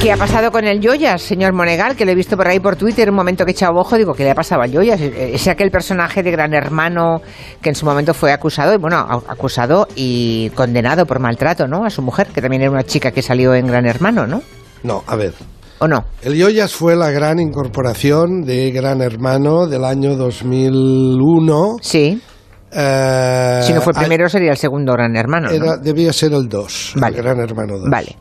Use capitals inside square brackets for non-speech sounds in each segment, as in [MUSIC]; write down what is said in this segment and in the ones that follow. ¿Qué ha pasado con el Yoyas, señor Monegal? Que lo he visto por ahí por Twitter, un momento que he echado ojo, digo, ¿qué le ha pasado al Yoyas? Es aquel personaje de gran hermano que en su momento fue acusado, y bueno, acusado y condenado por maltrato, ¿no? A su mujer, que también era una chica que salió en gran hermano, ¿no? No, a ver. ¿O no? El Yoyas fue la gran incorporación de Gran Hermano del año 2001. Sí. Eh, si no fue el primero, sería el segundo gran hermano. ¿no? era- debía ser el 2, Vale. el Gran Hermano 2. Vale.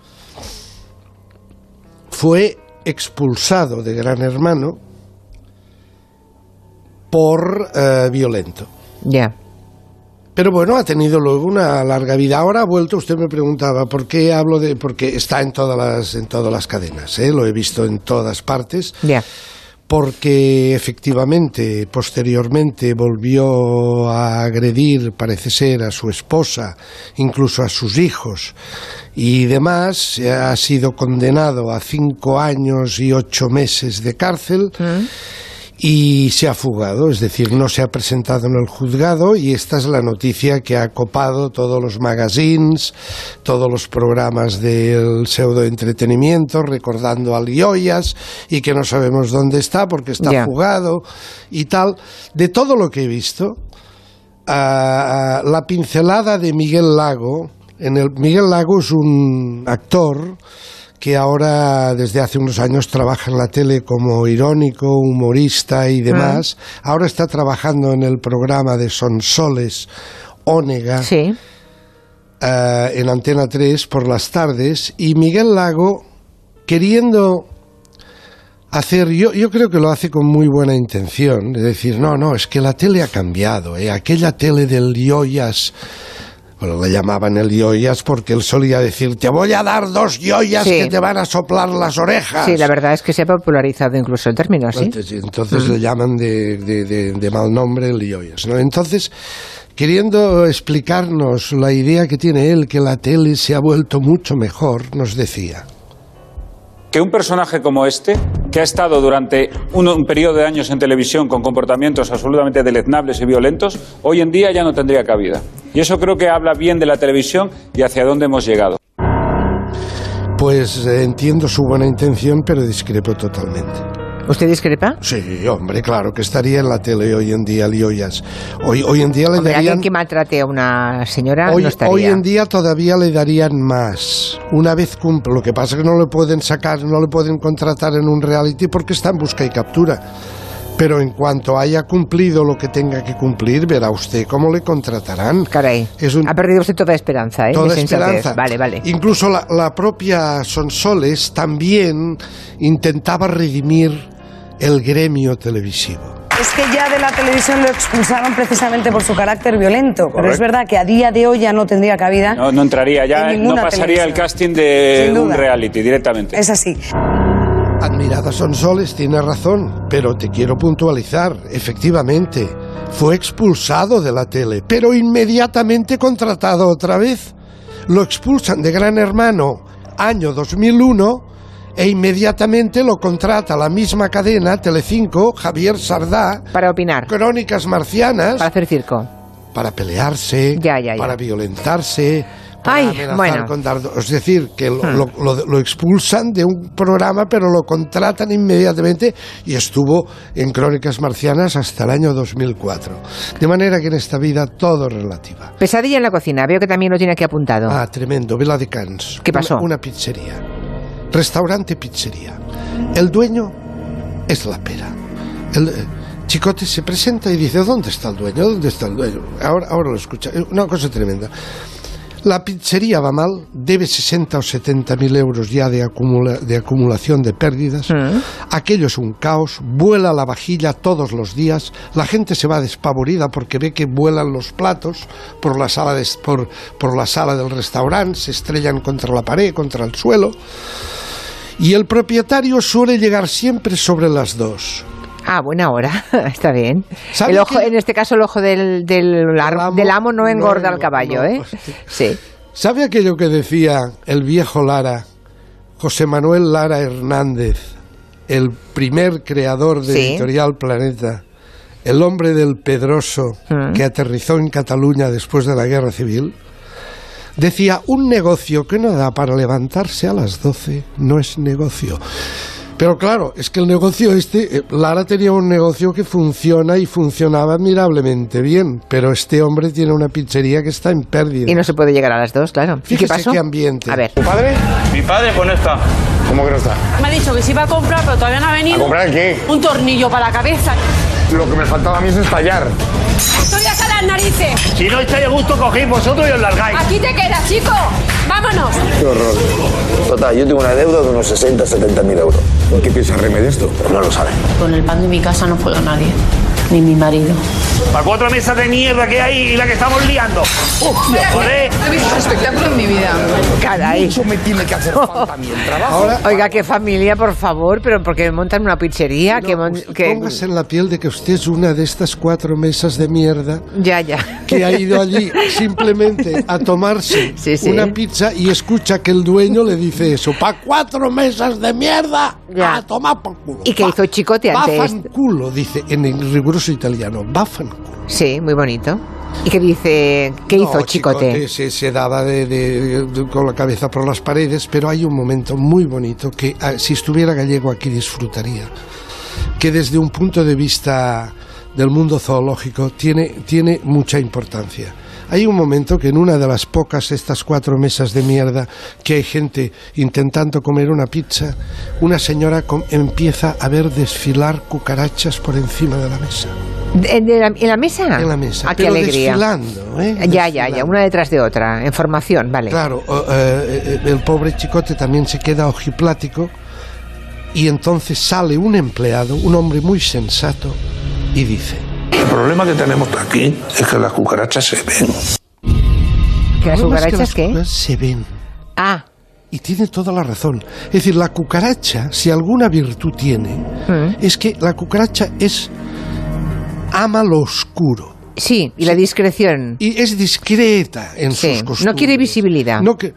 Fue expulsado de Gran Hermano por eh, violento. Ya. Pero bueno, ha tenido luego una larga vida. Ahora ha vuelto, usted me preguntaba, ¿por qué hablo de...? Porque está en todas las, en todas las cadenas, ¿eh? lo he visto en todas partes, Ya. porque efectivamente, posteriormente volvió a agredir, parece ser, a su esposa, incluso a sus hijos y demás. Ha sido condenado a cinco años y ocho meses de cárcel y se ha fugado, es decir, no se ha presentado en el juzgado y esta es la noticia que ha copado todos los magazines, todos los programas del pseudoentretenimiento, recordando al Yoyas y que no sabemos dónde está porque está Ya. fugado y tal. De todo lo que he visto, ah, la pincelada de Miguel Lago, en el, Miguel Lago es un actor que ahora desde hace unos años trabaja en la tele como irónico, humorista y demás. Ahora está trabajando en el programa de Sonsoles Ónega Sí. eh, en Antena 3 por las tardes y Miguel Lago queriendo hacer, yo, yo creo que lo hace con muy buena intención, de decir, no, no, es que la tele ha cambiado, eh, aquella tele del Yoyas. Bueno, le llamaban el yoyas porque él solía decir, te voy a dar dos yoyas Sí. que te van a soplar las orejas. Sí, la verdad es que se ha popularizado incluso el término, ¿sí? Entonces, entonces le llaman de, de- de- de mal nombre el Lioyas, ¿no? Entonces, queriendo explicarnos la idea que tiene él, que la tele se ha vuelto mucho mejor, nos decía. que un personaje como este, que ha estado durante un, un periodo de años en televisión con comportamientos absolutamente deleznables y violentos, hoy en día ya no tendría cabida. Y eso creo que habla bien de la televisión y hacia dónde hemos llegado. Pues eh, entiendo su buena intención, pero discrepo totalmente. ¿Usted discrepa? Sí, hombre, claro que estaría en la tele hoy en día Lioyas. Hoy, hoy en día le Hombre, darían... alguien que maltrate a una señora Hoy, Ah, no estaría. hoy en día todavía le darían más. Una vez cumple. Lo que pasa es que no le pueden sacar, no le pueden contratar en un reality porque está en busca y captura. Pero en cuanto haya cumplido lo que tenga que cumplir, verá usted cómo le contratarán. Caray. Es un- Ha perdido usted toda esperanza, ¿eh? Toda De sensatez. esperanza. Vale, vale. Incluso la, la propia Sonsoles también intentaba redimir el gremio televisivo. Es que ya de la televisión lo expulsaron precisamente por su carácter violento, pero Correcto. es verdad que a día de hoy ya no tendría cabida. No, no entraría ya, En no ninguna pasaría televisión. el casting de Sin un duda. reality directamente. Es así. Admirada Sonsoles tiene razón, pero te quiero puntualizar, efectivamente, fue expulsado de la tele, pero inmediatamente contratado otra vez. Lo expulsan de Gran Hermano año 2001 e inmediatamente lo contrata la misma cadena Telecinco, Javier Sardá, Para opinar, Crónicas Marcianas, para hacer circo. para pelearse, Ya, ya, ya. para violentarse, para Ay, amenazar bueno. Hmm. con dar... Es decir, que lo, lo- lo- lo expulsan de un programa, pero lo contratan inmediatamente y estuvo en Crónicas Marcianas hasta el año 2004. De manera que en esta vida todo es relativa. Pesadilla en la cocina. Veo que también lo tiene aquí apuntado. Ah, tremendo, Vela de Cans. ¿Qué pasó? Una, una pizzería. Restaurante pizzería. El dueño es la pera. El, eh, Chicote se presenta y dice, ¿dónde está el dueño? ¿Dónde está el dueño? Ahora, ahora lo escucha. Eh, Una cosa tremenda. La pizzería va mal, debe 60 o 70 mil euros ya de, acumula- de acumulación de pérdidas. Aquello es un caos, vuela la vajilla todos los días, la gente se va despavorida porque ve que vuelan los platos por la sala, de- por- por la sala del restaurante, se estrellan contra la pared, contra el suelo. Y el propietario suele llegar siempre sobre las dos. Ah, buena hora. [LAUGHS] Está bien. ¿Sabe El ojo, que- en este caso, el ojo del, del, ar- El amo del amo no no engorda al engorda, caballo, no. pues ¿eh? Sí. ¿Sabe aquello que decía el viejo Lara, José Manuel Lara Hernández, el primer creador de Sí. Editorial Planeta, el hombre del Pedroso Mm. que aterrizó en Cataluña después de la Guerra Civil? Decía, un negocio que no da para levantarse a las 12 no es negocio. Pero claro, es que el negocio este, eh, Lara tenía un negocio que funciona y funcionaba admirablemente bien, pero este hombre tiene una pizzería que está en pérdida. Y no se puede llegar a las dos, claro. ¿Y qué Fíjese pasó? qué ambiente. A ver. ¿Tu padre? Mi padre, pues no está. ¿Cómo que no está? Me ha dicho que se iba a comprar, pero todavía no ha ¿A venido. comprar qué? Un tornillo para la cabeza. Lo que me faltaba a mí es estallar. Estoy hasta las narices. Si no estáis de gusto, cogéis vosotros y os largáis. Aquí te quedas, chico. Vámonos. Qué horror. Total, yo tengo una deuda de unos 60, 70 mil euros. ¿Qué piensa Reme de esto? No lo sabe. Con el pan de mi casa no puedo nadie. Ni mi marido. Para cuatro mesas de mierda que hay y la que estamos liando. Joder. No he visto un espectáculo en mi vida. Caray. me tiene que hacer falta a mí el trabajo. Ahora, Oiga, qué familia, por favor, pero porque montan una pizzería, que, Ah, mon- usted que- pues, Póngase en la piel de que usted es una de estas cuatro mesas de mierda ya, ya. que ha ido [LAUGHS] allí simplemente a tomarse Sí, sí. una pizza y escucha que el dueño le dice eso. ¡Pa cuatro mesas de mierda! Ya. ¡A tomar por culo! ¿Y qué Va- hizo Chicote ante Baffan esto? culo, dice en el riguroso italiano. Baffan culo. Sí, muy bonito. ¿Y qué dice? ¿Qué hizo No, eh, Chicote? se, se daba de- de- de- con la cabeza por las paredes, pero hay un momento muy bonito que ah, si estuviera gallego aquí disfrutaría, que desde un punto de vista del mundo zoológico tiene, tiene mucha importancia. Hay un momento que en una de las pocas estas cuatro mesas de mierda que hay gente intentando comer una pizza, una señora com- empieza a ver desfilar cucarachas por encima de la mesa. ¿De- de la- ¿En la mesa? En la mesa. Ah, qué pero alegría. desfilando, ¿eh? Ya, ya, ya, Desfilando. una detrás de otra, en formación, vale. Claro, o- eh, eh, el pobre chicote también se queda ojiplático y entonces sale un empleado, un hombre muy sensato, y dice, El problema que tenemos aquí es que las cucarachas se ven. ¿Que las "No más que cucarachas las qué? cucarachas se ven. Ah, Y tiene toda la razón. Es decir, la cucaracha, si alguna virtud tiene, es que la cucaracha es ama lo oscuro. sí, y la discreción. y es discreta en Sí, sus no costumbres. quiere visibilidad. No que-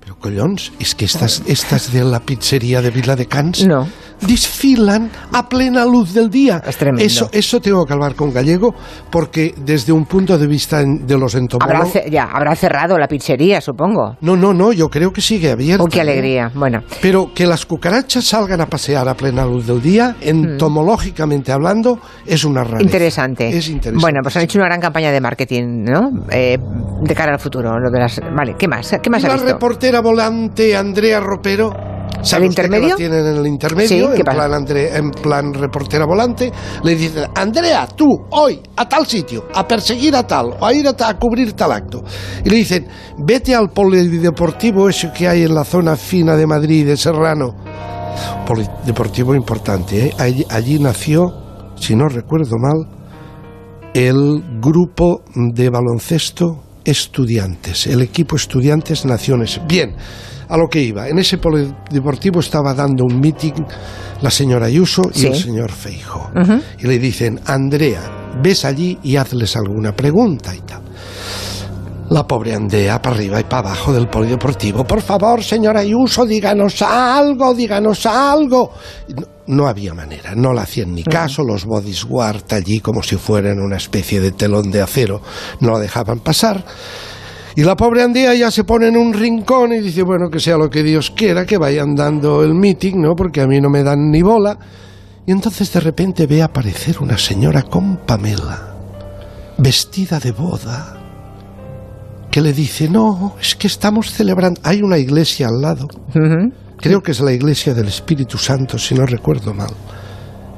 pero collons, es que estas, estas de la pizzería de Vila de Cans No. desfilan a plena luz del día. Es tremendo. Eso, eso tengo que hablar con Gallego porque desde un punto de vista en- de los Habrá, entomólogos... ce- ya, habrá cerrado la pizzería, supongo. No, no, no, yo creo que sigue abierto. Oh, qué alegría. Bueno, Pero que las cucarachas salgan a pasear a plena luz del día, Mm. entomológicamente hablando, es una rareza. interesante. Es interesante. Bueno, pues han hecho una gran campaña de marketing, ¿no? Eh, de cara al futuro, lo de las... Vale, ¿qué más? ¿Qué más ha la visto? reportera volante Andrea Ropero. ¿sabe ¿El usted que la intermedio? tienen en el intermedio, Sí, ¿qué en, pasa? plan Andre- en plan reportera volante. Le dicen, Andrea, tú, hoy, a tal sitio, a perseguir a tal, o a ir a, ta- a cubrir tal acto. Y le dicen, vete al polideportivo ese que hay en la zona fina de Madrid, de Serrano. Polideportivo importante, ¿eh? Allí, allí nació, si no recuerdo mal, el grupo de baloncesto estudiantes, el equipo estudiantes naciones. Bien, a lo que iba. En ese polideportivo estaba dando un meeting la señora Ayuso y Sí. el señor Feijo. Y le dicen, Andrea, ves allí y hazles alguna pregunta y tal. La pobre Andrea para arriba y para abajo del polideportivo. Por favor, señora Ayuso, díganos algo, díganos algo. No, no había manera, no la hacían ni caso, los bodies guard allí como si fueran una especie de telón de acero, no la dejaban pasar. Y la pobre Andía ya se pone en un rincón y dice, bueno, que sea lo que Dios quiera, que vayan dando el meeting, ¿no? Porque a mí no me dan ni bola. Y entonces de repente ve aparecer una señora con Pamela, vestida de boda, que le dice, no, es que estamos celebrando... Hay una iglesia al lado, creo que es la iglesia del Espíritu Santo, si no recuerdo mal.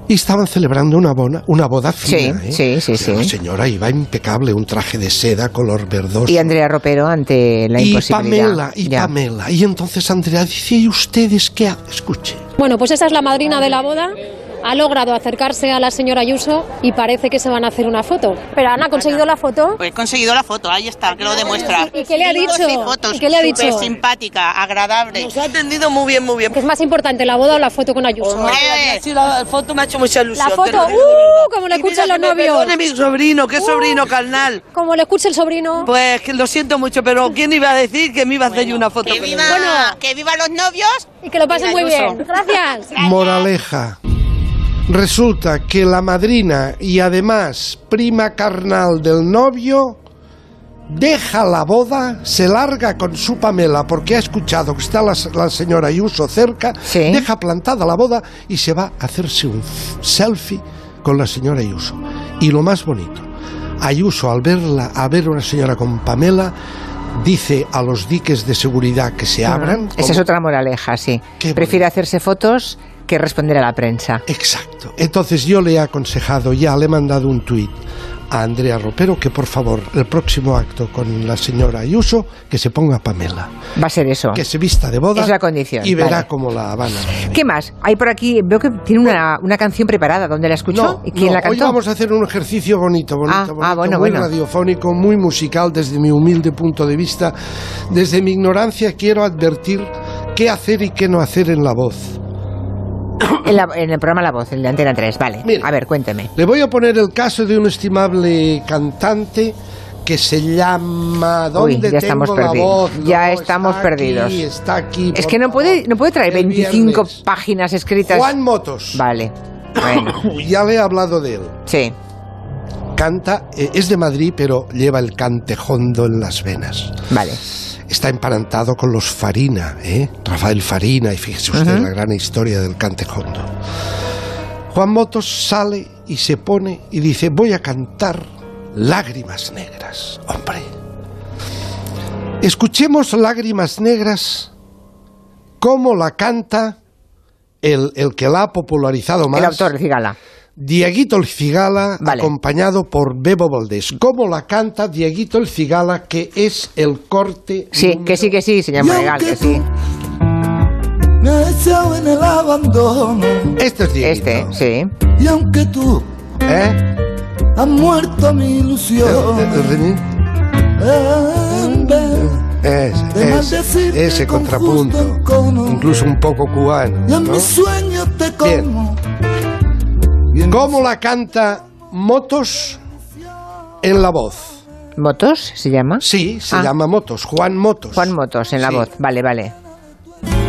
Y estaban celebrando una, bona, una boda fina, Sí, ¿eh? sí, sí, sí. La señora iba impecable, un traje de seda color verdoso Y Andrea Ropero ante la Pues y imposibilidad. Pamela, y Ya. Pamela. Y entonces Andrea dice, ¿y ustedes qué hacen? Escuche. Bueno, pues esa es la madrina de la boda. Ha logrado acercarse a la señora Ayuso y parece que se van a hacer una foto. Pero han conseguido la foto. Pues he conseguido la foto, ahí está, que lo demuestra. ¿Y qué le ha dicho? Sí, fotos, ¿Y qué le ha súper dicho? simpática, agradable. Nos ha atendido muy bien, muy bien. ¿Qué es más importante, la boda o la foto con Ayuso? la foto me ha hecho mucha ilusión. La foto, te lo digo ¡uh! de verdad. como le Y mira escuchan que los me novios. perdone mi sobrino, qué ¡Uh! sobrino, carnal. Como lo escuche el sobrino. Pues que lo siento mucho, pero ¿quién iba a decir que me iba a hacer yo una foto? con él? Bueno. que viva los novios. Y que lo pasen muy Ayuso. bien. Gracias. Moraleja. Resulta que la madrina y además prima carnal del novio deja la boda, se larga con su Pamela porque ha escuchado que está la, la señora Ayuso cerca, deja plantada la boda y se va a hacerse un selfie con la señora Ayuso. Y lo más bonito, Ayuso al verla, a ver una señora con Pamela, dice a los diques de seguridad que se abran. Esa es otra moraleja, sí. Prefiere hacerse fotos que responder a la prensa. Exacto. Entonces yo le he aconsejado, ya le he mandado un tuit a Andrea Ropero que por favor el próximo acto con la señora Ayuso que se ponga Pamela. Va a ser eso. Que se vista de boda. Es la condición, Y verá vale. como la Habana. ¿Qué más? Hay por aquí, veo que tiene una, una canción preparada. ¿Dónde la escuchó? ¿Y quién No, la hoy cantó? vamos a hacer un ejercicio bonito, bonito, Ah, ah, bonito, bueno, muy bueno. radiofónico, muy musical desde mi humilde punto de vista. Desde mi ignorancia quiero advertir qué hacer y qué no hacer en la voz. En, la- en el programa La Voz, el de Antena 3, vale. a ver, cuénteme. Le voy a poner el caso de un estimable cantante que se llama ¿Dónde Uy, ya estamos tengo la perdidos. voz? ya No, estamos está aquí, perdidos. está aquí, es por que no puede, no puede traer El 25 viernes. páginas escritas. Juan Motos. Vale. [COUGHS] Bueno. ya le he hablado de él. Sí. Canta, eh, es de Madrid, pero lleva el cantejondo en las venas. Vale. Está emparentado con los Farina, ¿eh? Rafael Farina, y fíjese usted Ujú. la gran historia del cantejondo. Juan Motos sale y se pone y dice, voy a cantar Lágrimas Negras. Hombre. Escuchemos Lágrimas Negras, cómo la canta el, el que la ha popularizado más. El autor, el Cigala. Dieguito el Cigala, Vale. acompañado por Bebo Valdés. ¿Cómo la canta Dieguito el Cigala, que es el corte? Sí, que sí, que sí, señor Y Monegal, aunque que sí. Me has echado en el abandono. Este es Este, sí. Y aunque tú ¿Eh? has muerto mi ilusión. en vez Ese, de ese, maldecirte ese con contrapunto, justo encono, incluso un poco cubano. Y en ¿no? mis sueños te Bien. como. ¿Cómo la canta Motos en la voz? ¿Motos se llama? Sí, se Ah. llama Motos, Juan Motos. Juan Motos en la Sí. voz. Vale, vale.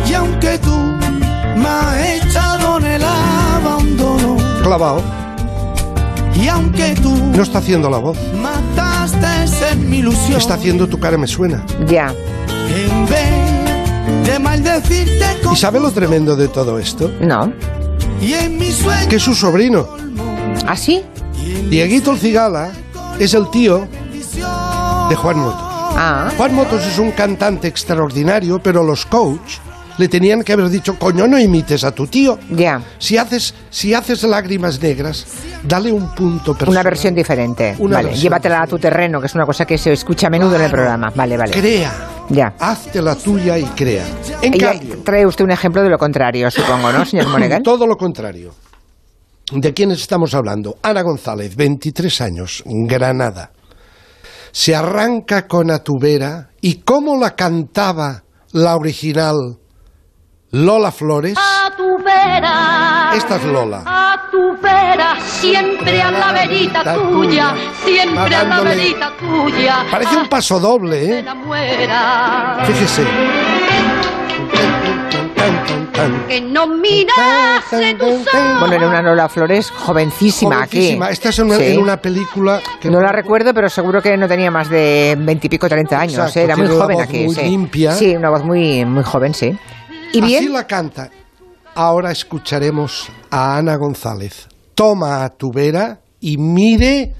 Y aunque tú me has echado en el abandono. Clavado. Y aunque tú No está haciendo la voz. mataste en mi ilusión. Está haciendo tu cara me suena. Ya. En vez de maldecirte con. ¿Y sabe lo tremendo de todo esto? No. Y en mis sueños. Que es su sobrino. ¿Ah, sí? Dieguito el Cigala es el tío de Juan Motos. Ah. Juan Motos es un cantante extraordinario, pero los coach le tenían que haber dicho, coño, no imites a tu tío. Ya. Si haces, si haces lágrimas negras, dale un punto personal. Una versión diferente. Una vale, versión llévatela a tu terreno, que es una cosa que se escucha a menudo en el programa. Vale, vale. Crea, Ya. hazte la tuya y crea. En Y ya cambio, trae usted un ejemplo de lo contrario, supongo, ¿no, [COUGHS] señor Monegal? todo lo contrario. ¿De quién estamos hablando? Ana González, 23 años, Granada. Se arranca con Atubera y cómo la cantaba la original Lola Flores. tu vera, Esta es Lola. a tu vera, siempre a la verita tuya, siempre a la Dándole- verita tuya, Parece un paso doble, ¿eh? la muera, Fíjese. que no mirase tus ojos. Bueno, era una Lola Flores jovencísima, Jovencísima. aquí. Esta es en una, Sí. en una película que No la recuerdo, pero seguro que no tenía más de veintipico, treinta años. Exacto, ¿eh? Era muy tiene una joven voz aquí. muy sí. limpia. Sí, una voz muy, muy joven, sí. ¿Y así bien? la canta. Ahora escucharemos a Ana González. Toma a tu vera y mire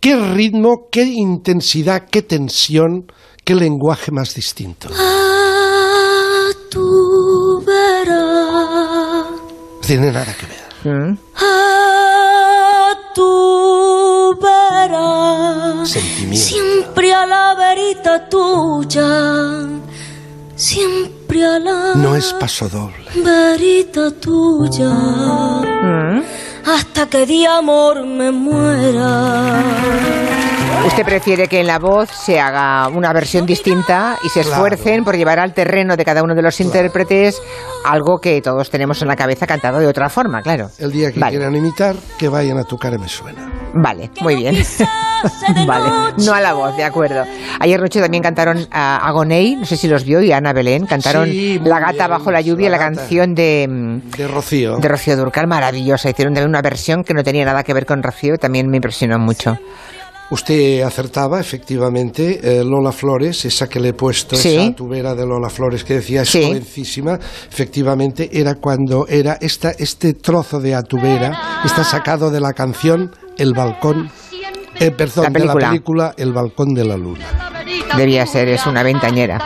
qué ritmo, qué intensidad, qué tensión, qué lenguaje más distinto. A tu vera, No tiene nada que ver. Mm. a Ah, tu vera, Sentimiento. siempre a la verita tuya, siempre a la No es paso doble. verita tuya. Mm. hasta que de amor me muera. ¿Usted prefiere que en la voz se haga una versión distinta y se Claro. esfuercen por llevar al terreno de cada uno de los intérpretes algo que todos tenemos en la cabeza cantado de otra forma, claro? El día que Vale. quieran imitar, que vayan a tu cara me suena. Vale, muy bien. [LAUGHS] vale, no a la voz, de acuerdo. Ayer noche también cantaron a Agoney, no sé si los vio, y a Ana Belén. Cantaron Sí, muy La gata bien, bajo la lluvia, La la, Gata. canción de, mm, De Rocío. de Rocío Durcal, maravillosa. Hicieron también una versión que no tenía nada que ver con Rocío, también me impresionó mucho. Usted acertaba, efectivamente, eh, Lola Flores, esa que le he puesto, Sí. esa tubera de Lola Flores que decía es Sí. jovencísima, efectivamente era cuando era esta, este trozo de atubera, está sacado de la canción El Balcón, eh, perdón, La de película. la película El Balcón de la Luna. Debía ser, es una ventañera.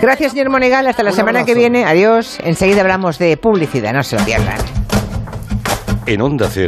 Gracias, señor Monegal. Hasta la Un semana que abrazo. viene. Adiós. Enseguida hablamos de publicidad. No se lo pierdan. En Onda Cero.